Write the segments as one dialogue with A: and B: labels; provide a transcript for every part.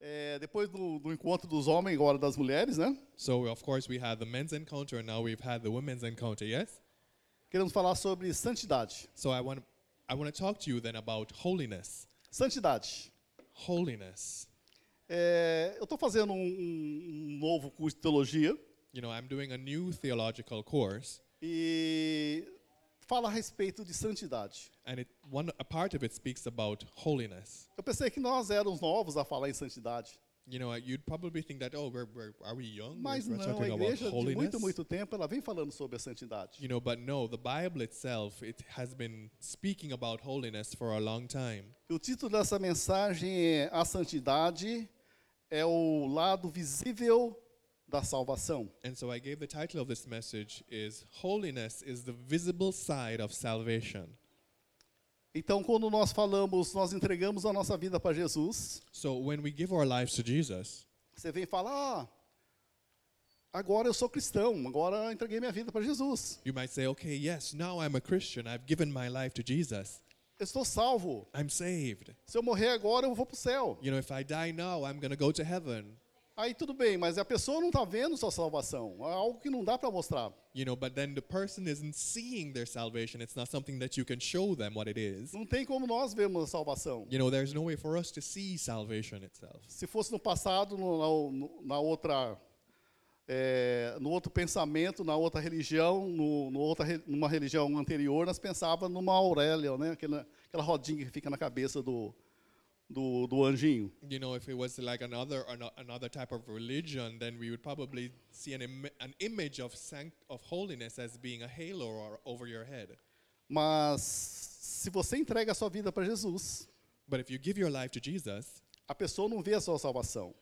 A: É, depois do, do encontro dos homens, agora das mulheres, né?
B: So, of course, we had the men's encounter, and now we've had the women's encounter, yes?
A: Queremos falar sobre santidade.
B: So, I want, I want to talk to you then about holiness.
A: Santidade.
B: Holiness.
A: É, eu estou fazendo um, um- um novo curso de teologia
B: You know, I'm doing a new theological course,
A: e fala a respeito de santidade.
B: and it, one, a part of it speaks about holiness.
A: Eu pensei que nós éramos novos a falar em santidade,
B: You know, you'd probably think that, oh, we're, we're, are we young? We're-
A: mas
B: we're
A: não. A igreja de muito,
B: holiness?
A: muito tempo ela vem falando sobre a santidade.
B: You know, but no, the Bible itself, it has been speaking about holiness for a long time.
A: E o título dessa mensagem é A Santidade é o lado visível da salvação.
B: And so I gave the title of this message is Holiness is the visible side of salvation.
A: Então, quando nós falamos, nós entregamos a nossa vida para Jesus,
B: So when we give our lives to Jesus,
A: você vem e fala: ah, agora eu sou cristão, agora eu entreguei minha vida para Jesus,
B: you might say, okay, yes, now I'm a Christian. I've given my life to Jesus.
A: eu estou salvo.
B: I'm saved.
A: Se eu morrer agora, eu vou para o céu.
B: You know, if I die now, I'm going to go to heaven.
A: Aí tudo bem, mas a pessoa não está vendo sua salvação, é algo que não dá para mostrar.
B: You know, but then the person isn't seeing their salvation. It's not something that you can show them what it is.
A: Não tem como nós vermos a salvação.
B: You know, there's no way for us to see salvation itself.
A: Se fosse no passado, no, no- na outra, é, no outro pensamento, na outra religião, no, no outra, re- numa religião anterior, nós pensávamos numa aurélia, né? aquela, aquela rodinha que fica na cabeça do, do, do anjinho.
B: you know, if it was like another ano- another type of religion, then we would probably see an Im- an image of sanct of holiness as being a halo or over your head.
A: Mas se você entrega a sua vida para Jesus,
B: But if you give your life to Jesus,
A: a pessoa não vê a sua salvação,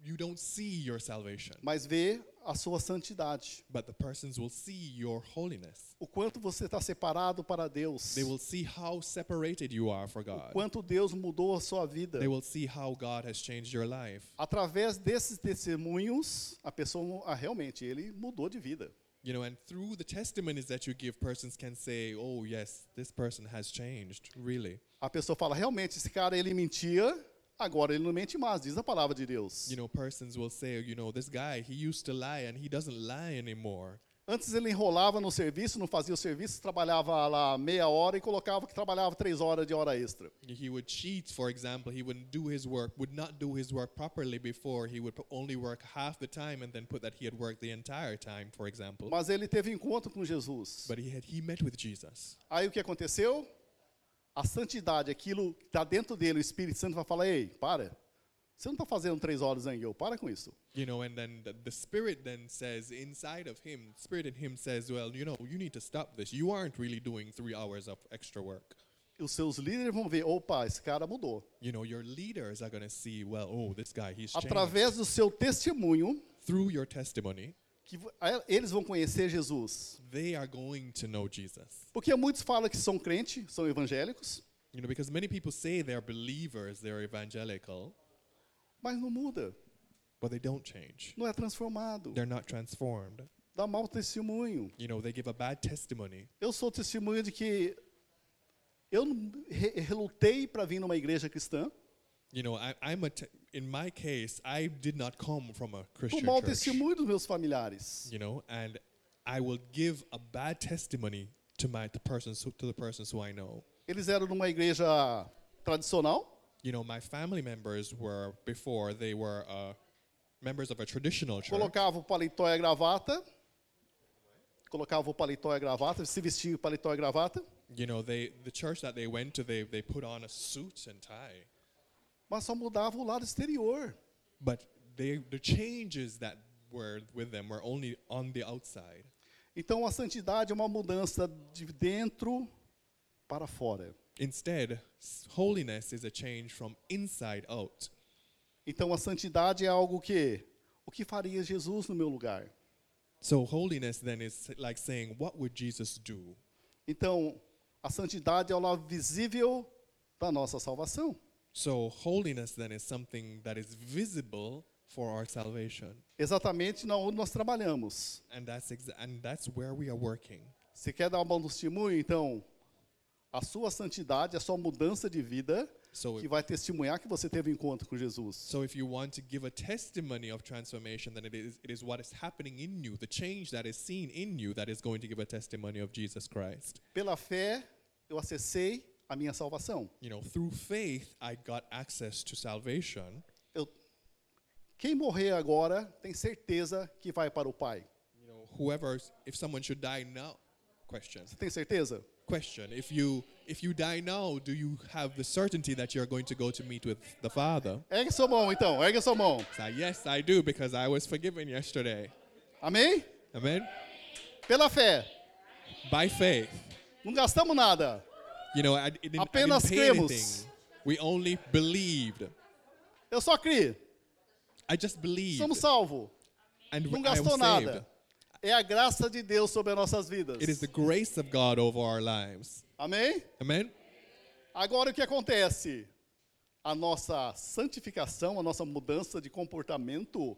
B: you don't see your salvation,
A: mas vê a sua santidade.
B: but the persons will see your holiness.
A: O quanto você está separado para Deus.
B: They will see how separated you are for
A: O
B: God.
A: quanto Deus mudou a sua vida.
B: They will see how God has changed your life.
A: Através desses testemunhos, a pessoa ah, realmente ele mudou de vida.
B: You know, and through the testimonies that you give, persons can say, "Oh, yes, this person has changed, really."
A: A pessoa fala: realmente esse cara ele mentia, agora ele não mente mais, diz a palavra de Deus.
B: you know, persons will say, you know, this guy, he used to lie and he doesn't lie anymore.
A: Antes ele enrolava no serviço, não fazia o serviço, trabalhava lá meia hora e colocava que trabalhava três horas de hora extra.
B: He would cheat, for example. He wouldn't do his work, would not do his work properly before. He would p- only work half the time and then put that he had worked the entire time, for example.
A: Mas ele teve encontro com Jesus.
B: But he had he met with Jesus.
A: Aí o que aconteceu? A santidade, aquilo que está dentro dele, o Espírito Santo vai falar: ei, para. Você não está fazendo três horas em eu, para com isso.
B: You know, and then the, the spirit then says inside of him, spirit in him says, well, you know, you need to stop this. You aren't really doing three hours of extra work.
A: E os seus líderes vão ver: opa, esse cara mudou.
B: You know, your leaders are going to see, well, oh, this guy, he's changed.
A: através do seu testemunho,
B: Through your testimony,
A: que vo- a- eles vão conhecer Jesus.
B: they are going to know Jesus.
A: Porque muitos falam que são crentes, são evangélicos,
B: You know, because many people say they're believers, they're evangelical,
A: mas não muda,
B: but they don't change.
A: não é transformado,
B: They're not transformed.
A: dá mau testemunho.
B: You know, they give a bad testimony.
A: Eu sou testemunho de que eu não- re- relutei para vir numa igreja cristã,
B: You know, I, I'm a t- in my case, I did not come from a
A: por
B: Christian
A: mau
B: church.
A: testemunho dos meus familiares.
B: You know, and I will give a bad testimony to my the persons who, to the persons who I know.
A: Eles eram numa igreja tradicional,
B: You know, my family members were before they were uh, members of a traditional church.
A: colocavam o paletó e a gravata, colocavam o paletó e a gravata, se vestiam o paletó e a gravata,
B: You know, they the church that they went to, they they put on a suit and tie.
A: mas só mudavam o lado exterior.
B: But they, the changes that were with them were only on the outside.
A: Então a santidade é uma mudança de dentro para fora.
B: Instead, s- holiness is a change from inside out.
A: Então a santidade é algo que o que faria Jesus no meu lugar?
B: So holiness then is like saying, what would Jesus do?
A: Então a santidade é o lado visível da nossa salvação.
B: So holiness then is something that is visible for our salvation,
A: Exatamente na onde nós trabalhamos.
B: and that's exa- and that's where we are working.
A: Se quer dar um bom testemunho, então a sua santidade, a sua mudança de vida
B: So
A: que
B: if,
A: vai testemunhar que você teve um encontro com Jesus.
B: so if you want to give a testimony of transformation, then it is, it is what is happening in you, the change that is seen in you, that is going to give a testimony of Jesus Christ.
A: Pela fé, eu acessei a minha salvação.
B: You know, through faith, I got access to salvation.
A: Eu- quem morrer agora tem certeza que vai para o Pai.
B: You know, whoever, if someone should die now, question,
A: Você tem certeza?
B: question. If you if you die now, do you have the certainty that you're going to go to meet with the Father?
A: Ergue sua mão, então. Ergue sua mão.
B: It's like, yes, I do, because I was forgiven yesterday.
A: Amém?
B: Amen.
A: Pela fé.
B: By faith.
A: Não gastamos nada.
B: You know, I, I didn't, I didn't
A: Apenas
B: pay
A: cremos.
B: anything. We only believed.
A: Eu só criei.
B: I just believed.
A: Somos salvos.
B: and
A: Não
B: w- I am
A: gastou
B: saved.
A: nada. É a graça de Deus sobre as nossas vidas.
B: It is the grace of God over our lives.
A: Amém?
B: Amen.
A: Agora o que acontece? A nossa santificação, a nossa mudança de comportamento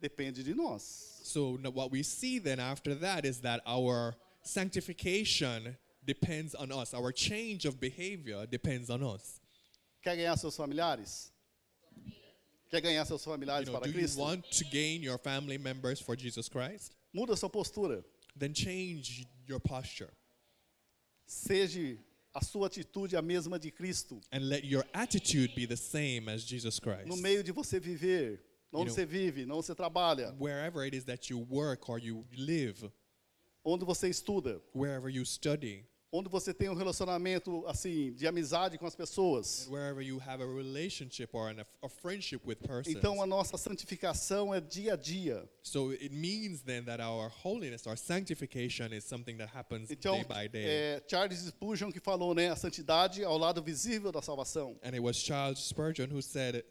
A: depende de nós.
B: So now what we see then after that is that our sanctification depends on us. Our change of behavior depends on us.
A: Quer ganhar seus familiares? Quer ganhar seus
B: You
A: familiares
B: know,
A: para
B: do you
A: Cristo?
B: want to gain your family members for Jesus Christ?
A: Muda sua postura.
B: Then change your posture
A: Seja a sua atitude a mesma de Cristo.
B: and let your attitude be the same as Jesus Christ.
A: No meio de você viver, onde
B: know-
A: você vive, onde você trabalha,
B: Wherever it is that you work or you live,
A: onde você estuda,
B: wherever you study,
A: onde você tem um relacionamento assim de amizade com as pessoas.
B: wherever you have a relationship or an, a friendship with persons.
A: Então a nossa santificação é dia a dia.
B: so it means then that our holiness, our sanctification is something that happens
A: Então,
B: day by day.
A: é, Charles Spurgeon que falou, né, a santidade ao lado visível da salvação.
B: And it was Charles Spurgeon who said,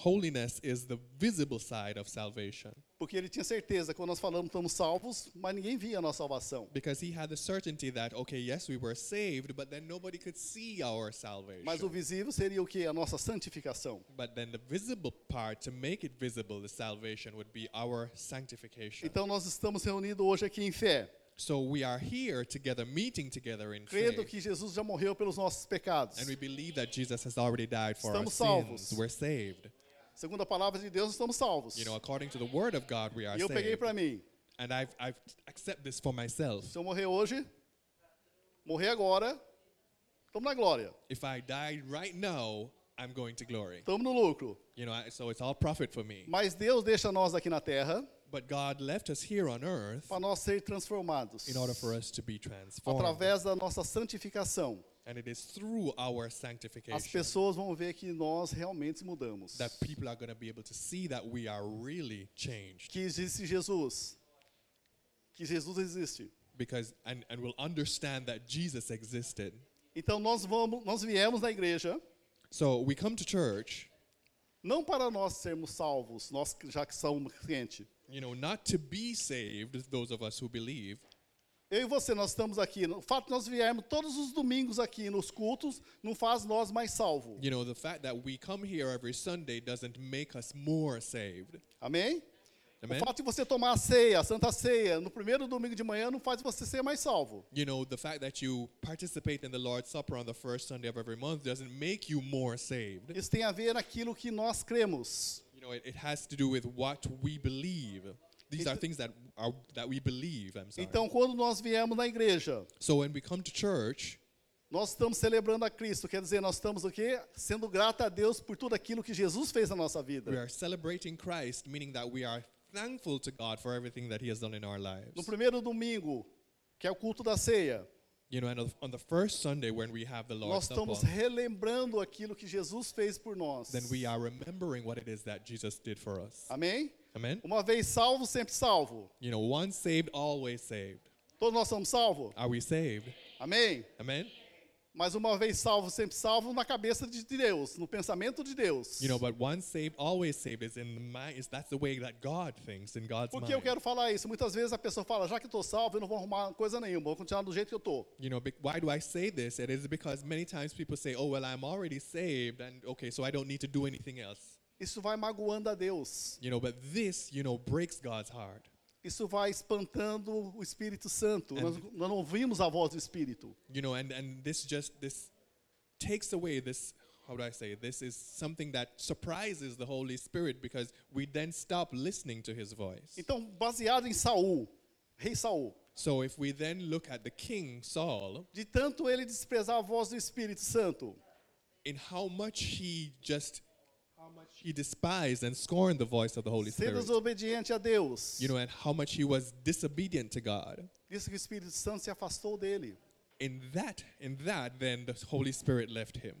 B: Holiness is the visible side of salvation.
A: Porque ele tinha certeza, quando nós falamos estamos salvos, mas ninguém via a nossa salvação.
B: Because he had the certainty that, okay, yes, we were saved, but then nobody could see our salvation.
A: Mas o visível seria o quê? A nossa santificação.
B: but then the visible part, to make it visible, the salvation would be our sanctification.
A: Então nós estamos reunidos hoje aqui em fé,
B: So we are here together, meeting together in
A: crendo
B: faith.
A: que Jesus já morreu pelos nossos pecados.
B: And we believe that Jesus has already died for
A: Estamos
B: our
A: salvos.
B: sins. We're saved.
A: Segundo a palavra de Deus, estamos salvos.
B: You know, according to the word of God, we are
A: E eu peguei
B: saved.
A: para mim.
B: And I've, I've accept this for myself.
A: Se eu morrer hoje, morrer agora, estamos na glória,
B: if I die right now, I'm going to glory.
A: estamos no lucro.
B: You know, I, so it's all profit for me.
A: Mas Deus deixa nós aqui na terra
B: But God left us here on earth
A: para nós ser transformados.
B: in order for us to be transformed.
A: através da nossa santificação,
B: And it is through our
A: as
B: sanctification
A: pessoas vão ver que nós realmente mudamos.
B: that people are going to be able to see that we are really changed
A: Que existe Jesus. Que Jesus existe.
B: because and, and will understand that Jesus existed.
A: Então nós vamos, nós viemos na igreja
B: So we come to church,
A: não para nós sermos salvos, nós que já que somos crente.
B: you know, not to be saved, those of us who believe.
A: Eu e você, nós estamos aqui. O fato de nós viermos todos os domingos aqui nos cultos não faz nós mais salvos.
B: You know, the fact that we come here every Sunday doesn't make us more saved.
A: Amém?
B: Amen?
A: O fato de você tomar a ceia, a santa ceia, no primeiro domingo de manhã não faz você ser mais salvo.
B: you know, the fact that you participate in the Lord's Supper on the first Sunday of every month doesn't make you more saved.
A: Isso tem a ver naquilo que nós cremos.
B: You know, it, it has to do with what we believe. These are
A: Ent-
B: things that are that we believe. I'm sorry.
A: Então, quando nós viemos na igreja,
B: So when we come to church,
A: nós estamos celebrando a Cristo, quer dizer, nós estamos o quê? Sendo grata a Deus por tudo aquilo que Jesus fez na nossa
B: we
A: vida.
B: are celebrating Christ, meaning that we are thankful to God for everything that He has done in our
A: No
B: lives.
A: primeiro domingo, que é o culto da ceia,
B: You know, and on- on the first Sunday when we have the
A: nós
B: Lord's
A: estamos
B: Supper,
A: relembrando aquilo que Jesus fez por nós.
B: then we are remembering what it is that Jesus did for us.
A: Amém?
B: Amen.
A: Uma vez salvo, sempre salvo.
B: You know, once saved, always saved.
A: Todos nós somos salvos?
B: Are we saved?
A: Amém?
B: Amen.
A: Mas uma vez salvo, sempre salvo na cabeça de Deus, no pensamento de Deus.
B: You know, but once saved, always saved is in the mind. Is that's the way that God thinks in God's
A: Por
B: mind.
A: que eu quero falar isso? Muitas vezes a pessoa fala, já que estou salvo, eu não vou arrumar coisa nenhuma, vou continuar do jeito que eu estou.
B: You know, bec- why do I say this? It is because many times people say, "Oh, well, I'm already saved, and okay, so I don't need to do anything else."
A: Isso vai magoando a Deus.
B: You know, but this, you know, breaks God's heart.
A: Isso vai espantando o Espírito Santo. Nós, nós não ouvimos a voz do Espírito.
B: You know, and and this just this takes away this how do I say, this is something that surprises the Holy Spirit because we then stop listening to his voice.
A: Então, baseado em Saul, rei Saul,
B: So if we then look at the king Saul,
A: de tanto ele desprezar a voz do Espírito Santo,
B: in how much he just how much he despised and scorned the voice of the Holy
A: ser
B: Spirit.
A: desobediente a Deus,
B: You know, and how much he was disobedient to God.
A: disse que o Espírito Santo se afastou dele.
B: In that, in that, then the Holy Spirit left him.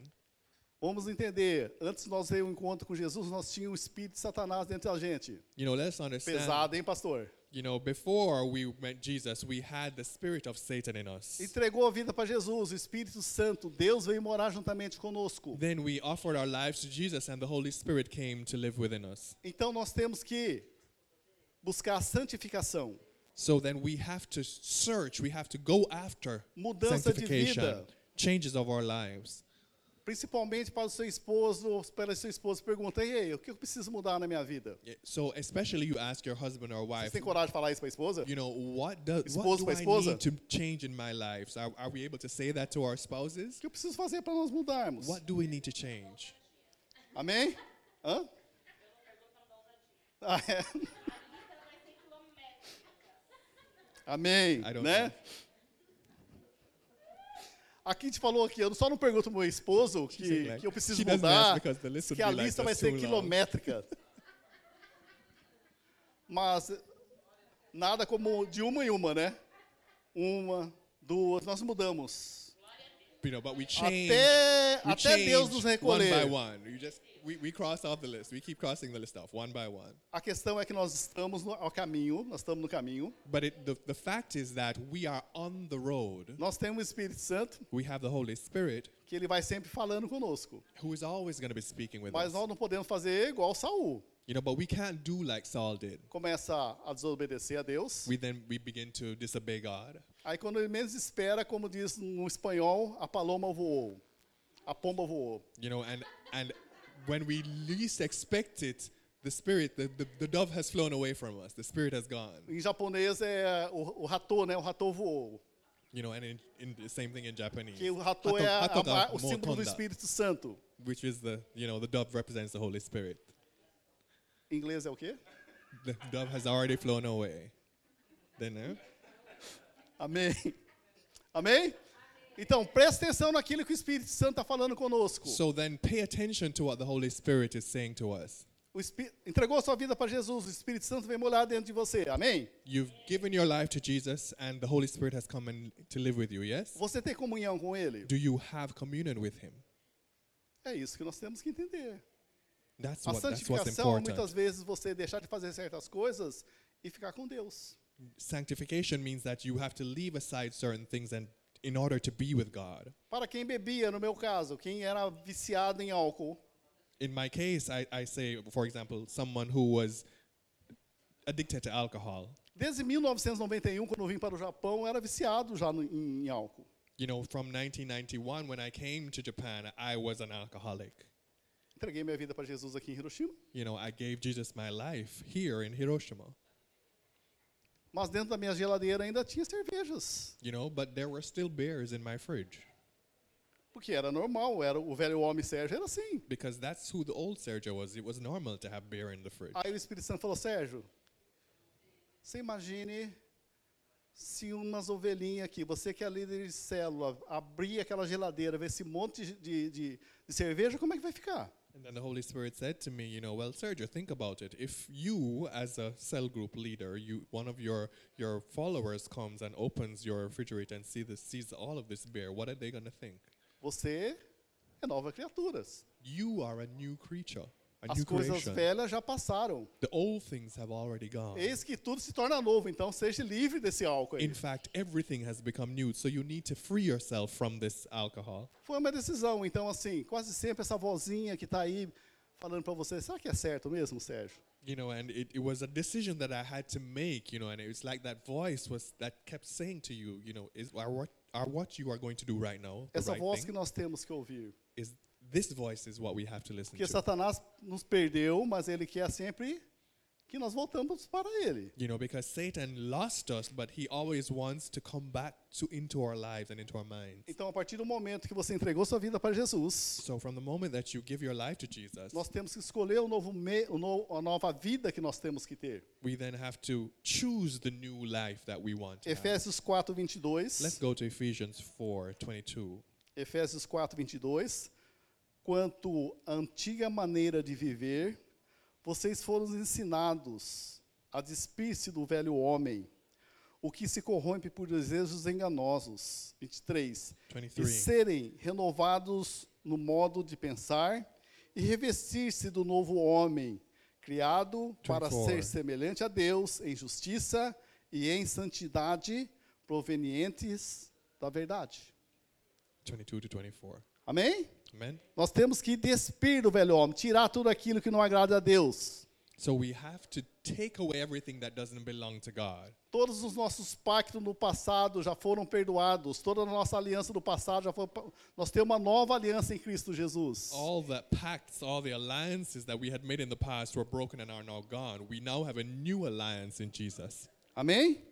A: Vamos entender, antes de nós ter um encontro com Jesus, nós tínhamos o espírito de Satanás dentro da gente.
B: You know, let's understand.
A: Pesado, hein, pastor?
B: You know, before we met Jesus, we had the spirit of Satan in us.
A: Entregou a vida para Jesus, o Espírito Santo, Deus veio morar juntamente conosco.
B: Then we offered our lives to Jesus, and the Holy Spirit came to live within us.
A: Então nós temos que buscar a santificação,
B: So then we have to search, we have to go after
A: Mudança de
B: sanctification,
A: vida.
B: changes of our lives.
A: principalmente para o seu esposo, para a sua esposa pergunta: "E aí, o que eu preciso mudar na minha vida?"
B: Yeah, So especially you ask your husband or
A: Você
B: wife,
A: tem coragem de falar isso para a esposa?
B: you know, what, do,
A: Esposo
B: what do
A: pra
B: I
A: esposa?
B: need to change in my life? So are, are we able to say that to our
A: O
B: spouses?
A: que eu preciso fazer para nós mudarmos?
B: What do we need to change?
A: Amém? Hã? Ah, é. Amém,
B: I don't
A: né?
B: know.
A: Aqui te falou aqui, eu só não pergunto pro meu esposo
B: She's saying
A: que,
B: like-
A: que eu preciso
B: she doesn't ask
A: mudar,
B: because the list would
A: que a
B: be like
A: lista vai
B: that's
A: ser
B: too long.
A: quilométrica. Mas nada como de uma em uma, né? Uma, duas, nós mudamos.
B: You know, but we change.
A: Até,
B: we
A: até Deus
B: change
A: nos
B: one by
A: recolher.
B: one. You just we, we cross off the list. We keep crossing the list off one by one.
A: A questão é que nós estamos no ao caminho, nós estamos no caminho.
B: But it, the, the fact is that we are on the road.
A: Nós temos o Espírito Santo
B: We have the Holy Spirit
A: que ele vai sempre falando conosco.
B: who is always going to be speaking with
A: Mas
B: us.
A: nós não podemos fazer igual Saul.
B: You know, but we can't do like Saul did.
A: Começa a desobedecer a Deus.
B: We then we begin to disobey God.
A: Aí quando ele menos espera, como diz no espanhol, a paloma voou. A pomba voou.
B: You know, and and when we least expect it, the spirit, the, the, the dove has flown away from us. The spirit has gone.
A: Em japonês é o, o ratô, né? O ratô voou.
B: You know, and in, in the same thing in Japanese.
A: Que o ratô
B: Hato-
A: é a- a-
B: hatoga
A: o símbolo do
B: motonda,
A: Espírito Santo.
B: Which is the you know the dove represents the Holy Spirit.
A: Em inglês é o quê?
B: The dove has already flown away. Then, eh?
A: Amém. Amém? Então, presta atenção naquilo que o Espírito Santo está falando conosco.
B: So then pay attention to what the Holy Spirit is saying to us.
A: O Espí- entregou sua vida para Jesus, o Espírito Santo vem morar dentro de você. Amém?
B: You've given your life to Jesus, and the Holy Spirit has come and to live with you. Yes.
A: Você tem comunhão com Ele?
B: Do you have communion with Him?
A: É isso que nós temos que entender.
B: That's
A: A
B: what. That's what's
A: santificação é
B: important.
A: muitas vezes você deixar de fazer certas coisas e ficar com Deus.
B: Sanctification means that you have to leave aside certain things, and in order to be with God.
A: Para quem bebia, no meu caso, quem era viciado em álcool,
B: In my case, I, I say, for example, someone who was addicted to alcohol.
A: desde 1991, quando eu vim para o Japão, eu era viciado já no- em, em álcool.
B: You know, from 1991, when I came to Japan, I was an alcoholic.
A: Entreguei minha vida para Jesus aqui em Hiroshima,
B: You know, I gave Jesus my life here in Hiroshima.
A: mas dentro da minha geladeira ainda tinha cervejas,
B: You know, but there were still beers in my fridge
A: porque era normal, era o velho homem Sérgio era assim.
B: because that's who the old Sergio was. It was normal to have beer in the fridge.
A: Aí o Espírito Santo falou: Sérgio, você imagine se umas ovelhinhas aqui, você que é líder de célula, abrir aquela geladeira, ver esse monte de, de- de- de cerveja, como é que vai ficar?
B: And then the Holy Spirit said to me, you know, well, Sergio, think about it. If you, as a cell group leader, you one of your your followers comes and opens your refrigerator and see this, sees all of this beer, what are they gonna think?
A: Você é nova criatura.
B: You are a new creature, a
A: As
B: new
A: coisas
B: creation.
A: velhas já passaram.
B: The old things have already gone.
A: Eis que tudo se torna novo, então seja livre desse álcool aí.
B: In fact, everything has become new, so you need to free yourself from this alcohol.
A: Foi uma decisão, então assim, quase sempre essa vozinha que está aí falando para você, será que é certo mesmo, Sérgio?
B: you know and it, it was a decision that i had to make you know and it was like that voice was that kept saying to you you know is are what are what you are going to do right now the
A: Essa
B: right
A: voz que
B: thing?
A: nós temos que ouvir.
B: is this voice is what we have to listen
A: Porque
B: to
A: Satanás nos perdeu, mas ele quer sempre que que nós voltamos para ele.
B: You know, because Satan lost us, but he always wants to come back to into our lives and into our minds.
A: Então, a partir do momento que você entregou sua vida para Jesus,
B: So from the moment that you give your life to Jesus,
A: nós temos que escolher o novo me, o no, a nova vida que nós temos que ter.
B: we then have to choose the new life that we want. to have.
A: Efésios 4,
B: Let's
A: 22.
B: go to Ephesians 4:22.
A: Efésios 4, 22. Quanto à antiga maneira de viver, vocês foram ensinados a despir-se do velho homem, o que se corrompe por desejos enganosos. 23. E
B: 23.
A: serem renovados no modo de pensar e revestir-se do novo homem, criado para
B: 24.
A: ser semelhante a Deus em justiça e em santidade provenientes da verdade.
B: 22 to 24.
A: Amém?
B: Amen.
A: Nós temos que despir do velho homem, tirar tudo aquilo que não agrada a Deus.
B: So we have to take away everything that doesn't belong to God.
A: Todos os nossos pactos no passado já foram perdoados, toda a nossa aliança do passado já foi. Nós temos uma nova aliança em Cristo Jesus.
B: All the pacts, all the alliances that we had made in the past were broken and are now gone. We now have a new alliance in Jesus.
A: Amém?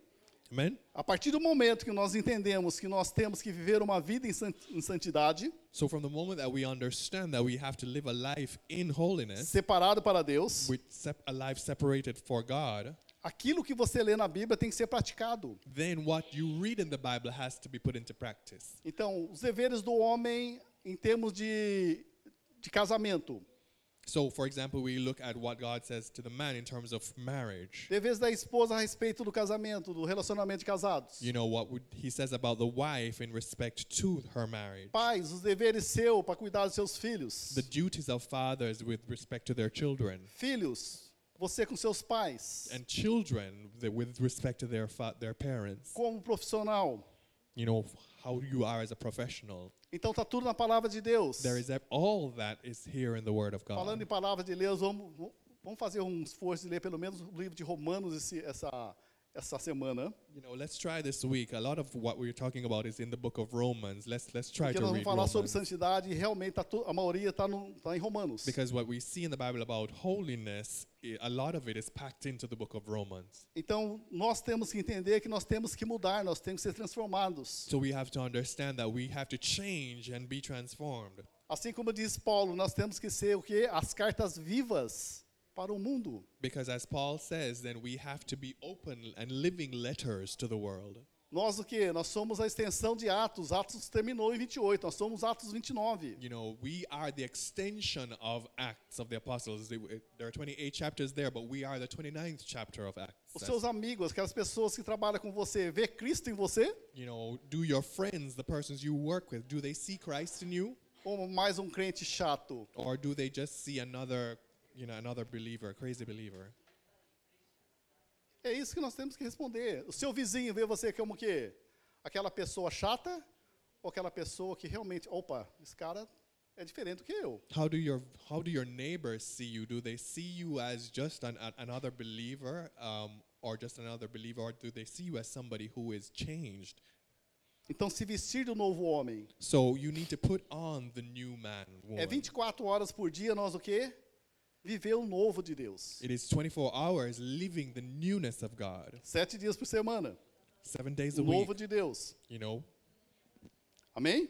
B: Amen.
A: A partir do momento que nós entendemos que nós temos que viver uma vida em san- em santidade,
B: So from the moment that we understand that we have to live a life in holiness,
A: separado para Deus,
B: with sep- a life separated for God,
A: aquilo que você lê na Bíblia tem que ser praticado.
B: then what you read in the Bible has to be put into practice.
A: Então, os deveres do homem em termos de, de casamento,
B: So, for example, we look at what God says to the man in terms of marriage.
A: deveres da esposa a respeito do casamento, do relacionamento de casados.
B: You know what would, he says about the wife in respect to her marriage.
A: Pais, os deveres seu para cuidar dos seus filhos.
B: The duties of fathers with respect to their children.
A: Filhos, você com seus pais.
B: and children the, with respect to their fa- their parents.
A: Como profissional.
B: You know f- how you are as a professional.
A: Então, está tudo na palavra de Deus.
B: There is ev- all that is here in the Word of
A: Falando em
B: God.
A: palavra de Deus, vamos, vamos fazer um esforço de ler pelo menos o livro de Romanos esse- essa, essa semana.
B: You know, let's try this week. A lot of what we're talking about is in the book of Romans. Let's let's try
A: Porque
B: to
A: nós vamos
B: read
A: falar sobre
B: Romans.
A: santidade e realmente tá tu- a maioria está tá em Romanos.
B: Because what we see in the Bible about holiness, i- a lot of it is packed into the book of Romans.
A: Então, nós temos que entender que nós temos que mudar, nós temos que ser transformados.
B: So we have to understand that we have to change and be transformed.
A: Assim como diz Paulo, nós temos que ser o quê? As cartas vivas para o mundo.
B: Because as Paul says, then we have to be open and living letters to the world.
A: Nós o quê? Nós somos a extensão de Atos. Atos terminou em 28, nós somos Atos 29.
B: you know, we are the extension of Acts of the Apostles. They- it- There are 28 chapters there, but we are the 29th chapter of Acts.
A: Os
B: That's-
A: seus amigos, aquelas pessoas que trabalham com você, vê Cristo em você?
B: you know, do your friends, the persons you work with, do they see Christ in you,
A: ou mais um crente chato?
B: or do they just see another, you know, another believer, crazy believer?
A: É isso que nós temos que responder. O seu vizinho vê você como o quê? Aquela pessoa chata ou aquela pessoa que realmente, opa, esse cara é diferente do que eu?
B: How do your How do your neighbors see you? Do they see you as just an, a- another believer, um, or just another believer, or do they see you as somebody who is changed?
A: Então, se vestir do novo homem.
B: So you need to put on the new man. Woman.
A: É 24 horas por dia nós o quê? Viver o novo de Deus.
B: It is 24 hours living the newness of God,
A: Sete dias por semana.
B: seven days
A: O
B: a week.
A: novo de Deus.
B: You know,
A: Amém?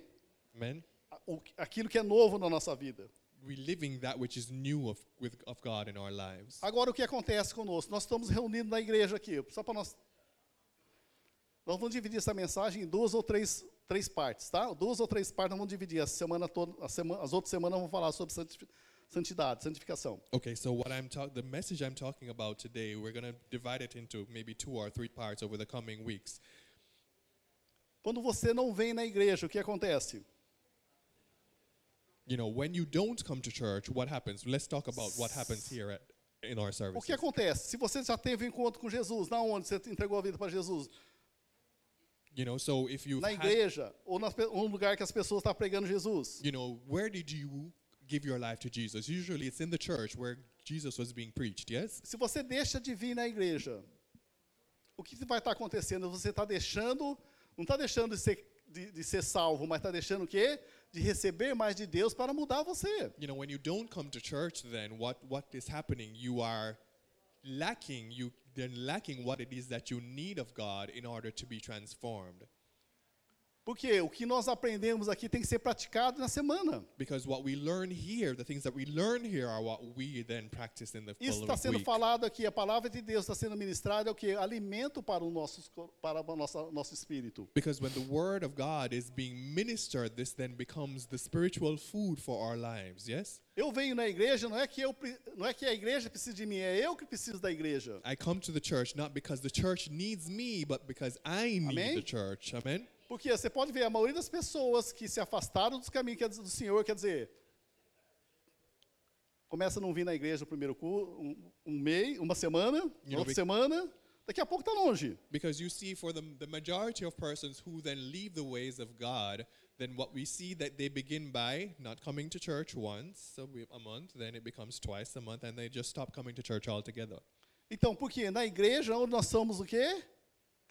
B: men,
A: A- o- Aquilo que é novo na nossa vida.
B: we living that which is new of with of God in our lives.
A: Agora, o que acontece conosco? Nós estamos reunidos na igreja aqui, só para nós. Nós vamos dividir essa mensagem em duas ou três, três partes, tá? Duas ou três partes nós vamos dividir. A semana toda, a sema- as outras semanas vamos falar sobre santifi- santidade, santificação.
B: Okay, so what I'm talk, the message I'm talking about today, we're gonna divide it into maybe two or three parts over the coming weeks.
A: Quando você não vem na igreja, o que acontece?
B: You know, when you don't come to church, what happens? Let's talk about what happens here at in our
A: O
B: service.
A: que acontece? Se você já teve um encontro com Jesus, na onde você entregou a vida para Jesus?
B: You know, so if you
A: Na igreja ou nas pe- ou no lugar que as pessoas estão pregando Jesus?
B: you know, where did you give your life to Jesus? Usually, it's in the church where Jesus was being preached. Yes.
A: Se você deixa de vir na igreja, o que vai estar acontecendo? Você está deixando, não está deixando de ser, de- de ser salvo, mas está deixando o quê? De receber mais de Deus para mudar você.
B: you know when you don't come to church then what what is happening you are lacking, you they're lacking what it is that you need of God in order to be transformed.
A: Porque o que nós aprendemos aqui tem que ser praticado na semana.
B: Because what we learn here, the things that we learn here, are what we then practice in the
A: Isso
B: following
A: está sendo
B: week.
A: falado aqui, a palavra de Deus está sendo ministrada, é o que? Alimento para o nosso, cor- para o nosso, nosso espírito.
B: Because when the word of God is being ministered, this then becomes the spiritual food for our lives. Yes,
A: Eu venho na igreja, não é que eu pre- não é que a igreja precisa de mim, é eu que preciso da igreja.
B: I come to the church not because the church needs me, but because I need
A: Amém?
B: the church. Amen.
A: Porque você pode ver, a maioria das pessoas que se afastaram dos caminhos quer dizer, do Senhor, quer dizer, começa a não vir na igreja no primeiro culto, um, um mês, uma semana,
B: não
A: outra
B: vi-
A: semana, daqui a pouco está longe.
B: Because you see, for the, the majority of persons who then leave the ways of God, then what we see that they begin by not coming to church once a, we- a month, then it becomes twice a month, and they just stop coming to church altogether.
A: Então, por quê? Na igreja, onde nós somos o quê?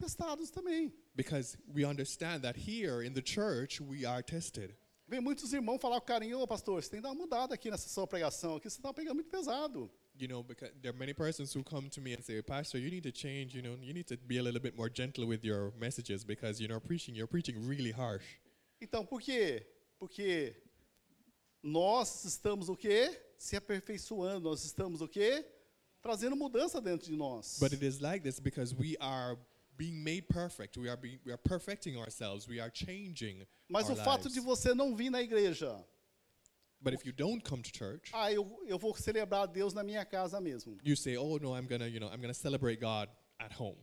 A: Testados também.
B: Because we understand that here in the church, we are tested.
A: Vem muitos irmãos falar com carinho, ô pastor, você tem que dar uma mudada aqui nessa sua pregação, aqui você está pegando muito pesado.
B: You know, because there are many persons who come to me and say, Pastor, you need to change, you know, you need to be a little bit more gentle with your messages because, you know, preaching, you're preaching really harsh.
A: Então, por quê? Porque nós estamos o quê? Se aperfeiçoando, nós estamos o quê? Trazendo mudança dentro de nós.
B: But it is like this because we are being made perfect. We are being, we are perfecting ourselves. We are changing.
A: Mas o
B: our
A: fato
B: lives.
A: de você não vir na igreja,
B: but if you don't come to church,
A: ah, eu, eu vou celebrar a Deus na minha casa mesmo.
B: you say, "Oh no, I'm gonna, you know, I'm gonna celebrate God at home."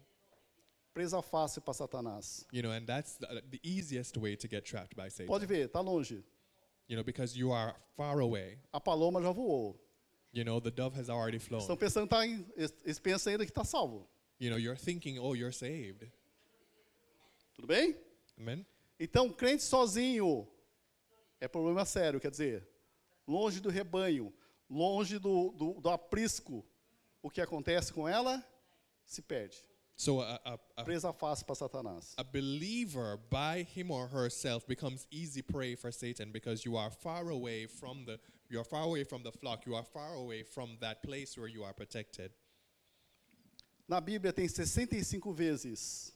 A: Presa fácil para Satanás.
B: You know, and that's the, the easiest way to get trapped by Satan.
A: Pode ver, tá longe.
B: You know, because you are far away.
A: A paloma já voou.
B: You know, the dove has already flown.
A: Estão pensando, tá em, eles eles pensam ainda que está salvo.
B: you know, you're thinking, "Oh, you're saved."
A: Tudo bem?
B: Amen.
A: Então, crente sozinho é problema sério, quer dizer, longe do rebanho, longe do, do, do aprisco, o que acontece com ela se perde.
B: So a, a, a,
A: Presa fácil para Satanás.
B: a believer by him or herself becomes easy prey for Satan because you are far away from the you are far away from the flock you are far away from that place where you are protected
A: Na Bíblia tem 65 vezes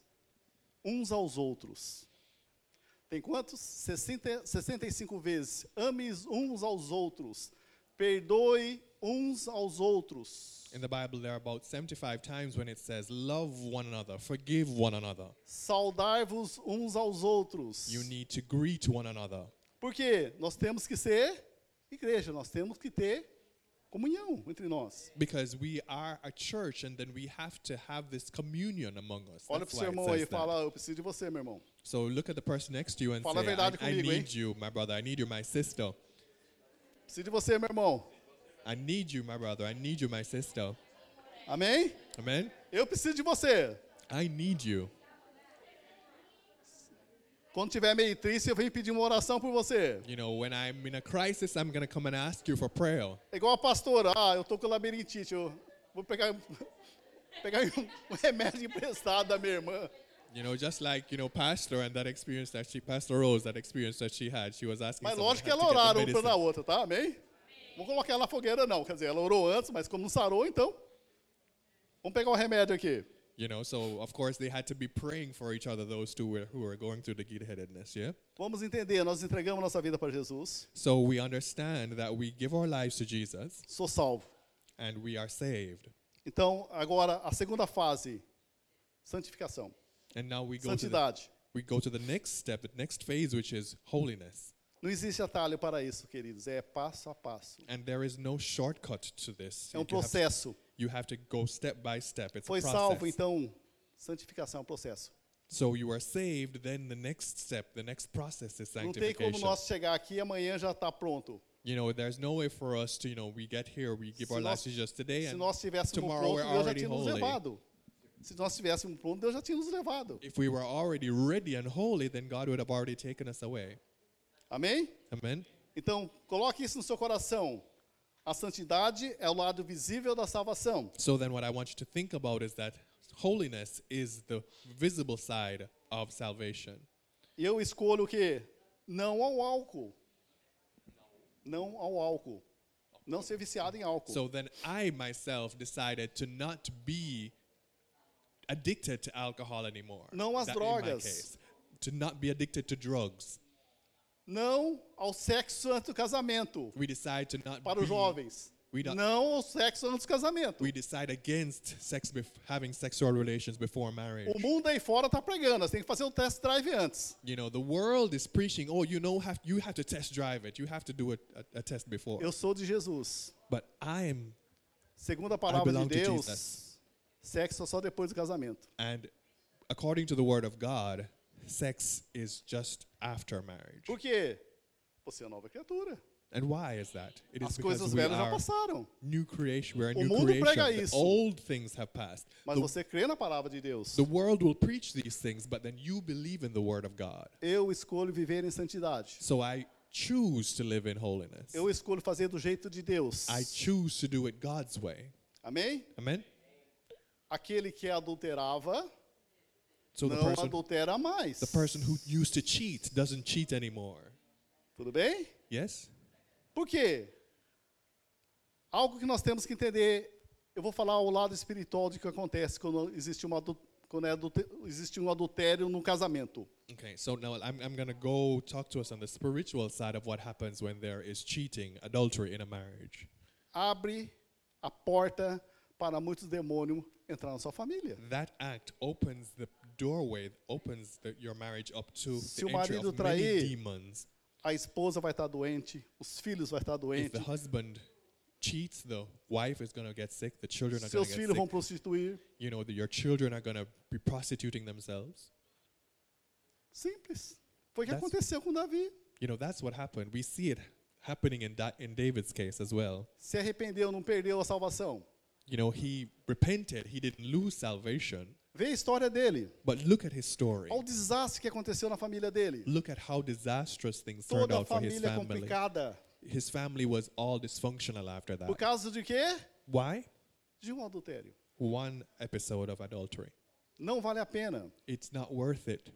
A: uns aos outros. Tem quantos? 60, 65 vezes. Ames uns aos outros. Perdoe uns aos outros.
B: in the Bible there are about 75 times when it says love one another forgive one another
A: Saudar-vos uns aos outros.
B: you need to greet one another
A: Porque nós temos que ser igreja, nós temos que ter comunhão entre nós.
B: because we are a church and then we have to have this communion among us
A: Olha
B: That's
A: para o seu
B: why
A: irmão aí
B: it
A: e
B: says that.
A: fala, eu preciso de você, meu irmão.
B: so look at the person next to you and
A: Fala a
B: say I,
A: verdade
B: I
A: comigo, hein?"
B: need you my brother I need you my sister
A: Preciso de você, meu irmão.
B: I need you my brother I need you my sister
A: Amém?
B: amen
A: Eu preciso de você.
B: I need you.
A: Quando tiver meio triste, eu venho pedir uma oração por você.
B: You know, when I'm in a crisis, I'm going to come and ask you for prayer.
A: É igual a pastora, ah, eu tô com labirintite, eu vou pegar pegar um, remédio emprestado da minha irmã.
B: You know, just like, you know, Pastor and that experience that she, Pastor Rose, that experience that she had, she was asking
A: Mas
B: someone
A: lógico que
B: how
A: ela
B: to get
A: oraram
B: the
A: uma
B: medicine.
A: pela outra, tá? Amém? Vamos colocar ela na fogueira não, quer dizer, ela orou antes, mas como não sarou, então vamos pegar o remédio aqui.
B: You know, so of course they had to be praying for each other, those two were, who were going through the headedness, yeah?
A: Vamos entender, nós entregamos nossa vida para Jesus,
B: So we understand that we give our lives to Jesus
A: sou salvo.
B: and we are saved.
A: Então, agora, a segunda fase, santificação,
B: And now we go, to the,
A: santidade.
B: we go to the next step, the next phase, which is holiness.
A: Não existe atalho para isso, queridos, é passo a passo.
B: And there is no shortcut to this.
A: É um
B: You have to-
A: processo.
B: You have to go step by step. It's
A: Foi
B: a process.
A: salvo, então, santificação é um processo.
B: So you are saved, then the next step, the next process is
A: Não tem
B: sanctification.
A: como nós chegar aqui e amanhã já está pronto.
B: you know, there's no way for us to, you know, we get here, we give
A: Se
B: our
A: nós-
B: lives to just today,
A: Se
B: and
A: nós tivéssemos um
B: tomorrow
A: pronto,
B: we're
A: Deus já
B: already
A: tinha nos
B: holy.
A: levado. Se nós tivéssemos um pronto, Deus já tinha nos levado.
B: If we were already ready and holy, then God would have already taken us away.
A: Amém?
B: Amen?
A: Então, coloque isso no seu coração. A santidade é o lado visível da salvação.
B: So then what I want you to think about is that holiness is the visible side of salvation.
A: Eu escolho o quê? Não ao álcool. Não ao álcool. não ser viciado em álcool.
B: So then I myself decided to not be addicted to alcohol anymore.
A: Não às
B: That in my
A: drogas.
B: case. To not be addicted to drugs.
A: Não ao sexo antes do casamento
B: We decide to not
A: para
B: be,
A: os jovens.
B: we don't-
A: Não ao sexo antes do casamento.
B: We decide against sex bef- having sexual relations before marriage.
A: O mundo aí fora está pregando, você tem que fazer um test drive antes.
B: You know, the world is preaching, oh, you know, have, you have to test drive it. You have to do a, a, a test before.
A: Eu sou de Jesus.
B: But I'm,
A: Segundo a palavra de
B: belong to
A: Deus,
B: Jesus.
A: sexo é só depois do casamento.
B: and according to the word of God, sex is just after marriage.
A: Por quê? Você é nova criatura.
B: And why is that? It is
A: As
B: because
A: coisas
B: we
A: velhas já
B: are
A: passaram.
B: new creation. We're a
A: O
B: new
A: mundo prega
B: creation. The
A: isso.
B: old things have passed.
A: Mas
B: The,
A: você crê na palavra de Deus.
B: the world will preach these things, but then you believe in the word of God.
A: Eu escolho viver em santidade.
B: So I choose to live in holiness.
A: Eu escolho fazer do jeito de Deus.
B: I choose to do it God's way.
A: Amém?
B: Amen.
A: Aquele que adulterava
B: So the
A: não
B: person,
A: adultera mais.
B: the person who used to cheat doesn't cheat anymore.
A: Tudo bem?
B: Yes.
A: Por quê? Algo que nós temos que entender, eu vou falar o lado espiritual de que acontece quando existe, uma, adu- quando é adulte- existe um adultério no casamento.
B: Okay. So now I'm, I'm gonna go talk to us on the spiritual side of what happens when there is cheating, adultery in a marriage.
A: Abre a porta para muitos demônios entrar na sua família.
B: that act opens the doorway, opens the, your marriage up to
A: Se
B: the
A: o
B: entry of
A: marido
B: many
A: trair,
B: demons.
A: A esposa vai estar doente, os filhos vão estar
B: If
A: doentes,
B: the husband cheats, the wife is going to get sick. The children are going
A: seus
B: to get
A: filhos
B: sick.
A: vão prostituir.
B: You know, the, your children are going to be prostituting themselves.
A: Simples. Foi o que
B: That's-
A: aconteceu com Davi.
B: You know, that's what happened. We see it happening in, da- in David's case as well.
A: Se arrependeu, não perdeu a salvação.
B: You know, he repented. He didn't lose salvation.
A: Vê a história dele.
B: But look at his story.
A: Olha o desastre que aconteceu na família dele.
B: Look at how disastrous things turned
A: Toda a
B: out for his
A: família
B: family. Ah.
A: complicada.
B: His family was all dysfunctional after that.
A: Por causa de quê?
B: Why?
A: De um adultério.
B: one episode of adultery.
A: Não vale a pena.
B: It's not worth it.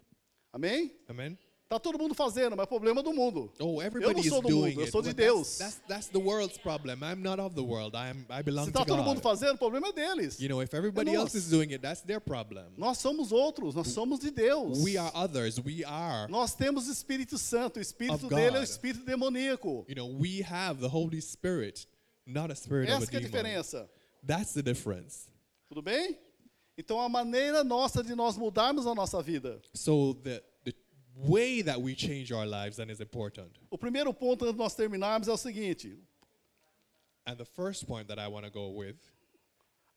A: Amém?
B: Amen.
A: Tá todo mundo fazendo, mas problema do mundo.
B: Oh, everybody is
A: sou do
B: doing
A: mundo, eu
B: it.
A: sou de
B: Well,
A: Deus.
B: that's, that's that's the world's problem. I'm not of the world. I'm I belong
A: Se
B: to
A: tá todo mundo
B: God.
A: fazendo, problema é deles.
B: You know, if everybody else
A: nosso.
B: is doing it, that's their problem.
A: Nós somos outros, nós somos de Deus.
B: We are others. We are.
A: Nós temos o Espírito Santo. O Espírito
B: Of
A: dele é o
B: God.
A: espírito demoníaco.
B: You know, we have the Holy Spirit, not a spirit of
A: Essa
B: a
A: que é a
B: demon.
A: diferença.
B: That's the difference.
A: Tudo bem? Então a maneira nossa de nós mudarmos a nossa vida.
B: So the the way that we change our lives then is important.
A: O primeiro ponto antes de nós terminarmos é o seguinte:
B: And the first point that I want to go with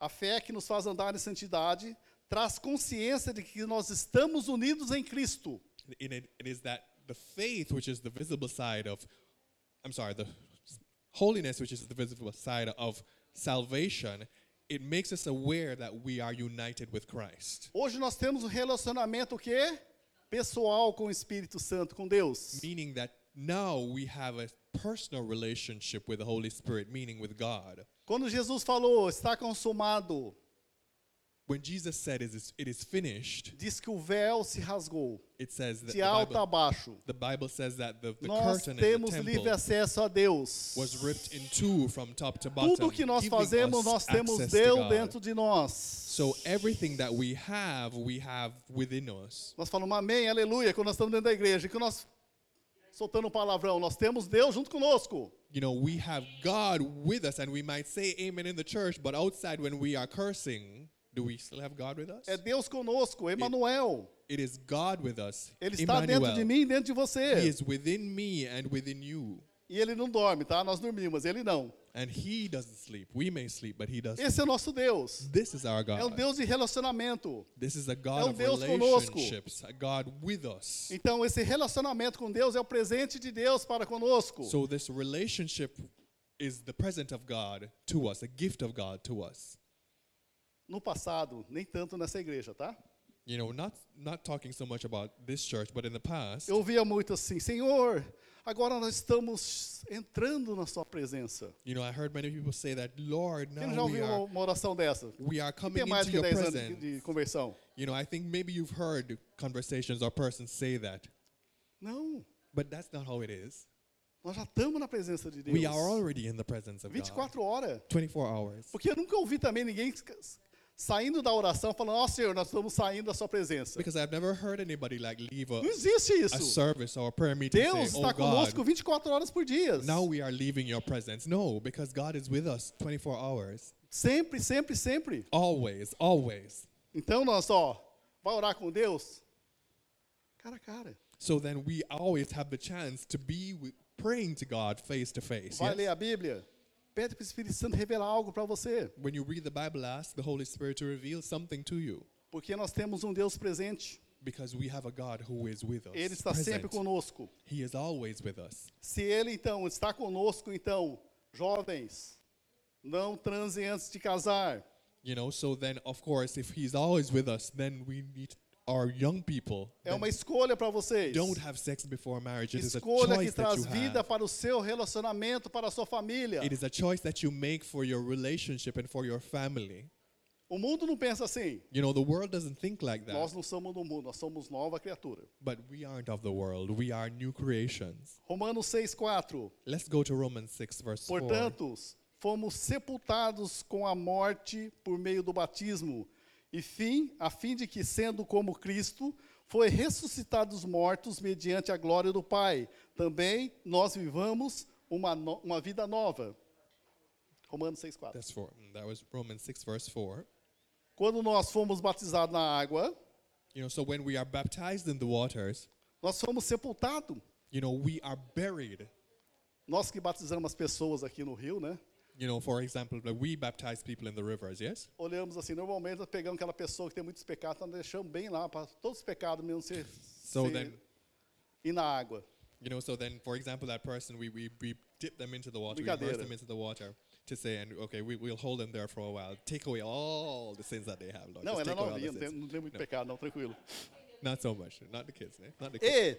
A: a fé que nos faz andar em santidade traz consciência de que nós estamos unidos em Cristo.
B: in it, it is that the faith, which is the visible side of, I'm sorry, the holiness, which is the visible side of salvation, it makes us aware that we are united with Christ.
A: Hoje nós temos um relacionamento o quê? Pessoal com o Espírito Santo, com Deus.
B: Meaning that now we have a personal relationship with the Holy Spirit, meaning with God.
A: Quando Jesus falou, está consumado,
B: When Jesus said, "It is, it is finished,"
A: diz que o véu se rasgou,
B: it says that
A: de
B: the
A: alto a
B: Bible,
A: baixo.
B: the Bible says that the, the
A: Nós
B: curtain in the
A: temos livre
B: temple
A: acesso a Deus.
B: was ripped in two from top to bottom.
A: Tudo que nós
B: giving
A: fazemos,
B: us
A: nós temos
B: access to
A: Deus
B: God.
A: dentro de nós.
B: So everything that we have, we have within us.
A: Nós falamos amém, aleluia, quando nós estamos dentro da igreja. E quando nós, soltando um palavrão, nós temos Deus junto conosco.
B: You know, we have God with us, and we might say amen in the church, but outside when we are cursing, do we still have God with us?
A: É Deus conosco, Emanuel.
B: It is God with us.
A: Ele está dentro de
B: Emmanuel.
A: mim e dentro de
B: He
A: você.
B: is within me and within you.
A: E ele não dorme, tá? Nós dormimos, ele não.
B: And He doesn't sleep. We may sleep, but He doesn't.
A: Esse é o nosso Deus.
B: This is our
A: É um
B: God.
A: Deus de relacionamento.
B: This is a
A: É um
B: God of
A: Deus conosco.
B: relationships, a God with us.
A: Então, esse relacionamento com Deus é o presente de Deus para conosco.
B: So this relationship is the present of God to us, a gift of God to us.
A: No passado, nem tanto nessa igreja, tá?
B: you know, not not talking so much about this church, but in the past,
A: Eu ouvia muito assim: Senhor, agora nós estamos entrando na Sua presença.
B: you know, I heard many people say that, Lord,
A: Quem já
B: now we
A: ouviu uma,
B: are
A: uma oração dessa?
B: we are coming
A: Tem mais
B: into
A: que
B: your
A: 10 anos de,
B: presence.
A: de conversão.
B: You know, I think maybe you've heard conversations or persons say that,
A: Não,
B: but that's not how it is.
A: Nós já estamos na presença de Deus.
B: We are already in the presence of God.
A: 24 horas.
B: 24 hours.
A: Porque eu nunca ouvi também ninguém saindo da oração falando, ó Senhor, nós estamos saindo da sua presença.
B: Because I've never heard anybody like leave a,
A: Não existe
B: a
A: isso.
B: service or a prayer meeting and
A: Deus
B: say, oh
A: está
B: God,
A: conosco 24 horas por dia.
B: now we are leaving your presence. No, because God is with us 24 hours.
A: Sempre, sempre, sempre.
B: Always, always.
A: Então nós, ó, vai orar com Deus? Cara a cara.
B: So then we always have the chance to be with, praying to God face to face.
A: Vai
B: yes?
A: ler a Bíblia? Pede para o Espírito Santo revelar algo para você.
B: When you read the Bible, ask the Holy Spirit to reveal something to you.
A: Porque nós temos um Deus presente.
B: Because we have a God who is with us.
A: Ele está sempre
B: present.
A: conosco.
B: He is always with us.
A: Se ele então está conosco, então, jovens, não transem antes de casar.
B: You know, so then of course if he's always with us, then we need our young people
A: É
B: then
A: uma escolha para vocês.
B: don't have sex before marriage. It is a
A: Escolha que
B: choice that
A: traz
B: you
A: vida
B: have.
A: para o seu relacionamento, para a sua família.
B: It is a choice that you make for your relationship and for your family.
A: O mundo não pensa assim.
B: You know, the world doesn't think like that.
A: Nós não somos do mundo, nós somos nova criatura.
B: But we aren't of the world. We are new creations.
A: Romanos 6:4.
B: Let's go to Romans 6 verse 4.
A: Portanto, fomos sepultados com a morte por meio do batismo, e fim, a fim de que, sendo como Cristo, foi ressuscitado dos mortos mediante a glória do Pai. Também nós vivamos uma, no- uma vida nova. Romanos 6,4.
B: That's 4. Mm, That was Romans 6 verse 4.
A: Quando nós fomos batizados na água,
B: You know, so when we are baptized in the waters,
A: nós fomos sepultados.
B: you know, we are buried.
A: Nós que batizamos as pessoas aqui no Rio, né?
B: You know, for example, like we baptize people in the rivers, yes?
A: Olhamos assim, normalmente nós pegamos aquela pessoa que tem muitos pecados, nós deixamos bem lá, para todos os pecados mesmo ser,
B: So
A: ser-
B: then,
A: e na água.
B: you know, so then, for example, that person, we, we, we dip them into the water, we immerse
A: Brincadeira.
B: them into the water to say, and okay, we, we'll hold them there for a while. Take away all the sins that they have, Lord.
A: Não, ela é
B: Just take away all
A: novinha,
B: the
A: não tem,
B: sins.
A: não tem muito pecado, não, tranquilo.
B: Not so much. Not the kids, eh? Not the
A: E
B: kids.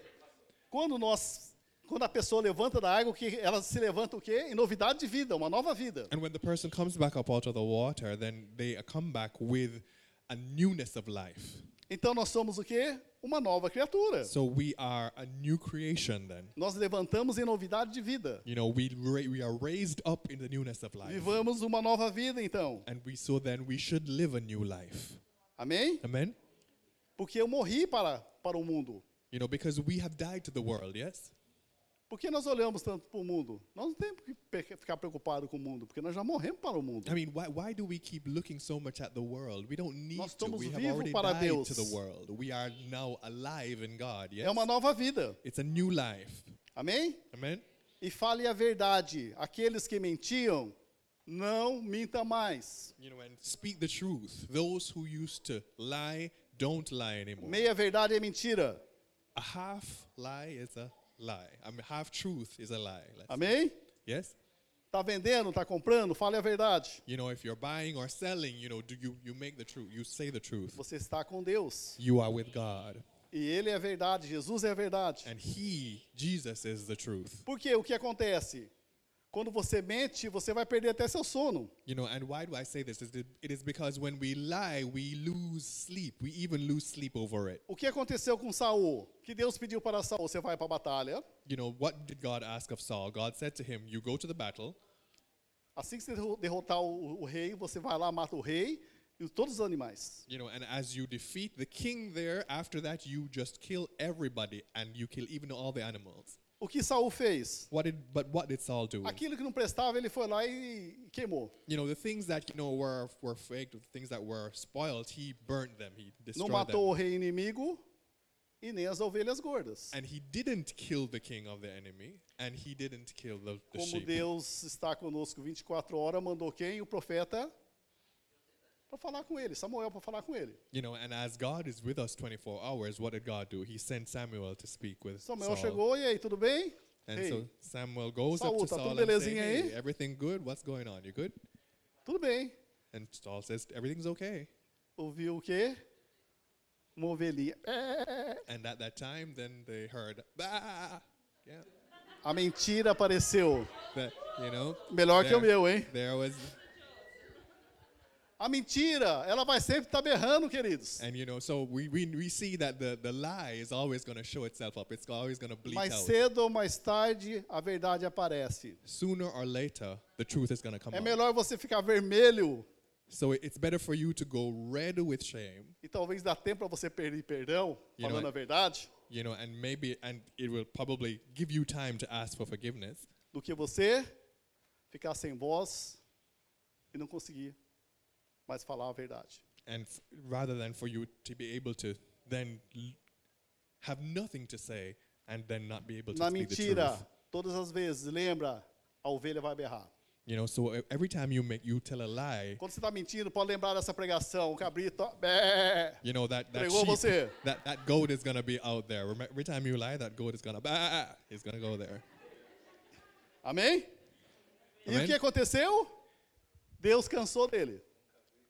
A: quando nós, quando a pessoa levanta da água, o que ela se levanta o quê? Em novidade de vida, uma nova vida.
B: And when the person comes back up out of the water, then they come back with a newness of life.
A: Então nós somos o quê? Uma nova criatura.
B: So we are a new creation then.
A: Nós levantamos em novidade de vida.
B: You know, we, ra- we are raised up in the newness of life.
A: Vivamos uma nova vida, então.
B: And we so then we should live a new life.
A: Amém?
B: Amen?
A: Porque eu morri para, para o mundo.
B: You know, because we have died to the world, yes?
A: Por que nós olhamos tanto para o mundo? Nós não temos que pe- ficar preocupado com o mundo, porque nós já morremos para o mundo.
B: I mean, why, why do we keep looking so much at the world? We don't need
A: Nós
B: to.
A: estamos
B: We have
A: vivo
B: already
A: para
B: died to the
A: Deus.
B: world. We are now alive in God, yes?
A: É uma nova vida.
B: It's a new life.
A: Amém?
B: Amen?
A: e fale a verdade. Aqueles que mentiam, não minta mais.
B: You know, and speak the truth. Those who used to lie don't lie anymore.
A: Meia verdade é mentira.
B: a half lie is a lie. I mean, half truth is a lie. Let's-
A: Amém?
B: Yes?
A: Tá vendendo, tá comprando, fale a verdade.
B: You know, if you're buying or selling, you know, do you, you make the truth. You say the truth.
A: Você está com Deus.
B: You are with God.
A: E ele é a verdade, Jesus é a verdade.
B: And He, Jesus, is the truth.
A: Porque o que acontece? Quando você mente, você vai perder até seu sono.
B: You know, and why do I say this? Is it, it is because when we lie, we lose sleep. We even lose sleep over it.
A: O que aconteceu com Saul? Que Deus pediu para Saul, você vai para a batalha.
B: You know, what did God ask of Saul? God said to him, You go to the battle,
A: Assim que você derro- derrotar o, o rei, você vai lá, mata o rei e todos os animais.
B: you know, and as you defeat the king there, after that, you just kill everybody and you kill even all the animals.
A: O que Saul fez?
B: What did, but what did Saul do?
A: Aquilo que não prestava, ele foi lá e queimou.
B: You know, the things that, you know, were, were faked, the things that were spoiled, he burnt them, he
A: Não
B: destroyed
A: matou o
B: them.
A: rei inimigo e nem as ovelhas gordas.
B: And he didn't kill the king of the enemy, and he didn't kill the, the
A: Como
B: sheep.
A: Deus está conosco 24 horas, mandou quem? O profeta para falar com ele, Samuel para falar com ele.
B: You know, and as God is with us 24 hours, what did God do? He sent Samuel to speak with
A: Samuel
B: Saul.
A: chegou, e aí, tudo bem?
B: And
A: Ei,
B: so Samuel goes
A: Saul,
B: up to
A: tá
B: Saul
A: tudo
B: and says,
A: belezinha aí?
B: hey, everything good? What's going on? You good?
A: tudo bem.
B: And Saul says, everything's okay.
A: Ouviu o quê? Uma ovelhinha. É.
B: And at that time, then they heard, bah! Yeah.
A: A mentira apareceu.
B: That, you know,
A: Melhor que o
B: there-
A: meu, hein?
B: There was,
A: A mentira, ela vai sempre estar berrando, queridos.
B: And you know, so we, we, we see that the, the lie is always going to show itself up. It's always going to bleed
A: Mais
B: out.
A: cedo ou mais tarde, a verdade aparece.
B: Sooner or later, the truth is going to come
A: É
B: out.
A: melhor você ficar vermelho
B: So it- it's better for you to go red with shame,
A: e talvez dá tempo para você pedir perdão,
B: E não é-
A: falando a verdade,
B: you know, and maybe, and it will probably give you time to ask for forgiveness
A: do que você ficar sem voz e não conseguir mais falar a verdade.
B: and f- rather than for you to be able to then l- have nothing to say and then not be able to
A: Na
B: speak the truth.
A: mentira, todas as vezes, lembra, a ovelha vai berrar.
B: You know, so e- every time you make you tell a lie,
A: Quando você está mentindo, pode lembrar dessa pregação, o cabrito, ó, bé,
B: you know that that,
A: Pregou
B: sheep-
A: você.
B: that that goat is gonna be out there. Remem- Every time you lie, that goat is gonna bah, he's gonna go there.
A: amém? E
B: Amém.
A: o que aconteceu? Deus cansou dele.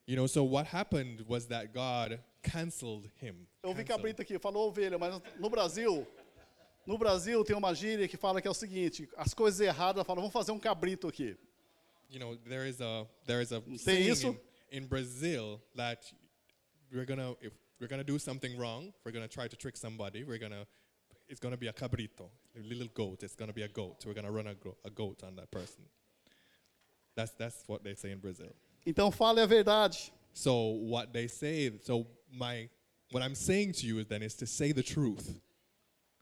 B: You know, so what happened was that God canceled him.
A: Eu vi
B: Canceled.
A: cabrito aqui, falou ovelha, mas no Brasil, no Brasil tem uma gíria que fala que é o seguinte, as coisas erradas, falam, vamos fazer um cabrito aqui.
B: You know, there is a there is a saying
A: isso?
B: in, in Brazil that we're gonna if we're gonna do something wrong, we're gonna try to trick somebody. We're gonna it's gonna be a cabrito, a little goat. It's gonna be a goat. We're gonna run a, gro- a goat on that person. That's that's what they say in Brazil.
A: Então fale a verdade.
B: So what they say, so my what I'm saying to you is then is to say the truth.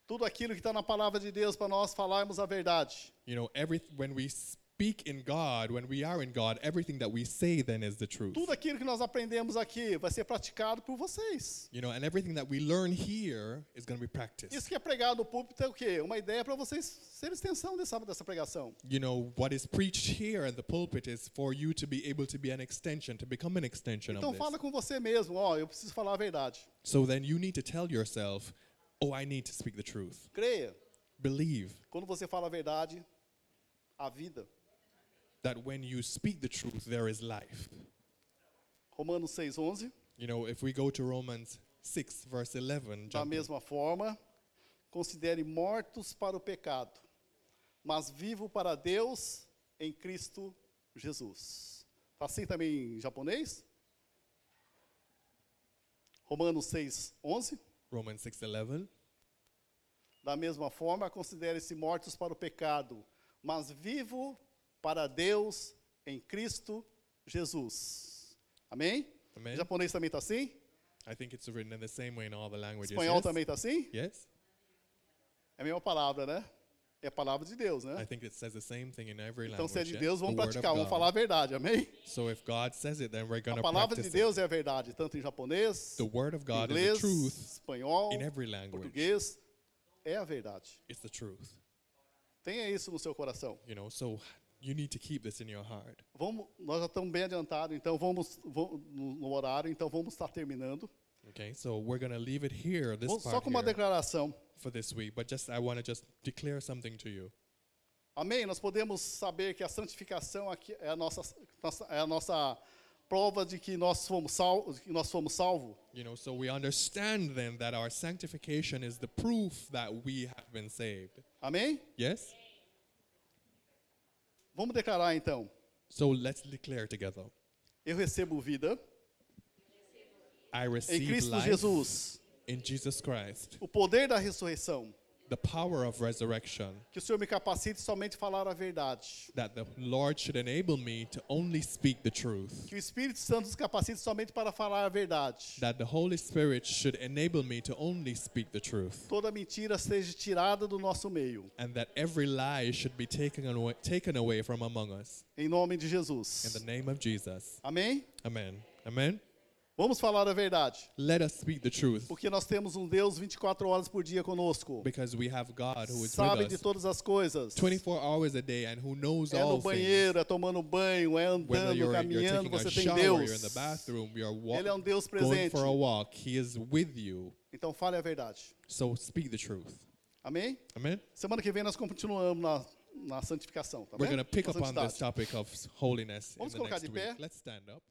A: Tudo aquilo que está na palavra de Deus para nós falarmos a verdade.
B: You know, every when we speak in God, when we are in God, everything that we say then is the truth.
A: Tudo aquilo que nós aprendemos aqui vai ser praticado por vocês.
B: You know, and everything that we learn here is going to be practiced.
A: Isso que é pregado no púlpito é o quê? Uma ideia para vocês serem extensão dessa, dessa pregação.
B: You know, what is preached here in the pulpit is for you to be able to be an extension, to become an extension
A: Então
B: of this.
A: fala com você mesmo, ó, eu preciso falar a verdade.
B: So then you need to tell yourself, "Oh, I need to speak the truth."
A: Creia,
B: Believe
A: quando você fala a verdade, a vida.
B: that when you speak the truth, there is life.
A: Romanos 6:11,
B: You know, if we go to Romans 6 verse 11,
A: da
B: jumping
A: mesma forma, considere mortos para o pecado, mas vivo para Deus em Cristo Jesus. Tá assim também em japonês? Romanos 6:11,
B: Romans 6:11,
A: da mesma forma, considere-se mortos para o pecado, mas vivo para Deus em Cristo Jesus. Amém?
B: Amém.
A: Em japonês também está assim?
B: I think it's written in the same way in all the languages.
A: Espanhol
B: yes?
A: também está assim?
B: Yes?
A: É a mesma palavra, né? É a palavra de Deus,
B: I
A: né?
B: think it says the same thing in every
A: Então,
B: language.
A: se é de
B: yes?
A: Deus,
B: The
A: vamos
B: word of
A: praticar, vamos
B: God.
A: falar a verdade, amém?
B: So if God says it, then we're going
A: A
B: to
A: palavra
B: practice
A: de
B: it.
A: Deus é a verdade, tanto em japonês,
B: The word of God is
A: inglês,
B: the truth
A: espanhol,
B: in every language.
A: português. É a verdade.
B: It's the truth.
A: Tenha isso no seu coração.
B: You know, so you need to keep this in your heart.
A: Vamos, nós já estamos bem adiantados, então vamos, vamos no no horário, então vamos estar terminando.
B: Okay? So we're going to leave it here this
A: Vou-
B: part
A: só com uma
B: here,
A: declaração.
B: for this week, but just I want to just declare something to you.
A: Amém? Nós podemos saber que a santificação aqui é a nossa, nossa- é a nossa prova de que nós fomos salvos, que nós fomos salvos.
B: You know, so we understand then that our sanctification is the proof that we have been saved.
A: Amém?
B: Yes?
A: Vamos declarar então.
B: So let's declare together.
A: Eu recebo vida
B: I
A: em
B: receive
A: Cristo
B: life
A: Jesus,
B: in Jesus Christ,
A: o poder da ressurreição,
B: the power of resurrection,
A: que o Senhor me capacite somente a falar a verdade.
B: that the Lord should enable me to only speak the truth,
A: Que o Espírito Santo nos capacite somente para falar a verdade.
B: that the Holy Spirit should enable me to only speak the truth,
A: Toda mentira seja tirada do nosso meio.
B: and that every lie should be taken away, taken away from among us.
A: Em nome de
B: In the
A: Jesus.
B: name of Jesus.
A: Amém?
B: Amen. Amen.
A: Vamos falar a verdade.
B: Let us speak the truth
A: Porque nós temos um Deus 24 horas por dia conosco.
B: because we have God who is
A: Sabe
B: with
A: de
B: us
A: todas as coisas.
B: 24 hours a day and who knows
A: É
B: all
A: no
B: things.
A: banheiro, é tomando banho, é
B: Whether
A: andando,
B: you're, you're
A: caminhando,
B: taking a
A: você tem
B: shower, you're in
A: Deus.
B: the bathroom, you're wa-
A: Ele é um Deus
B: going for a
A: presente.
B: walk, He is with you.
A: Então fale a verdade.
B: So speak the truth.
A: Amém?
B: Amen?
A: Semana que vem nós continuamos na, na santificação, tá
B: We're
A: bem?
B: going to pick
A: Na
B: up on
A: santidade.
B: this topic of holiness
A: Vamos
B: in the
A: colocar
B: next
A: de
B: week.
A: pé.
B: Let's stand up.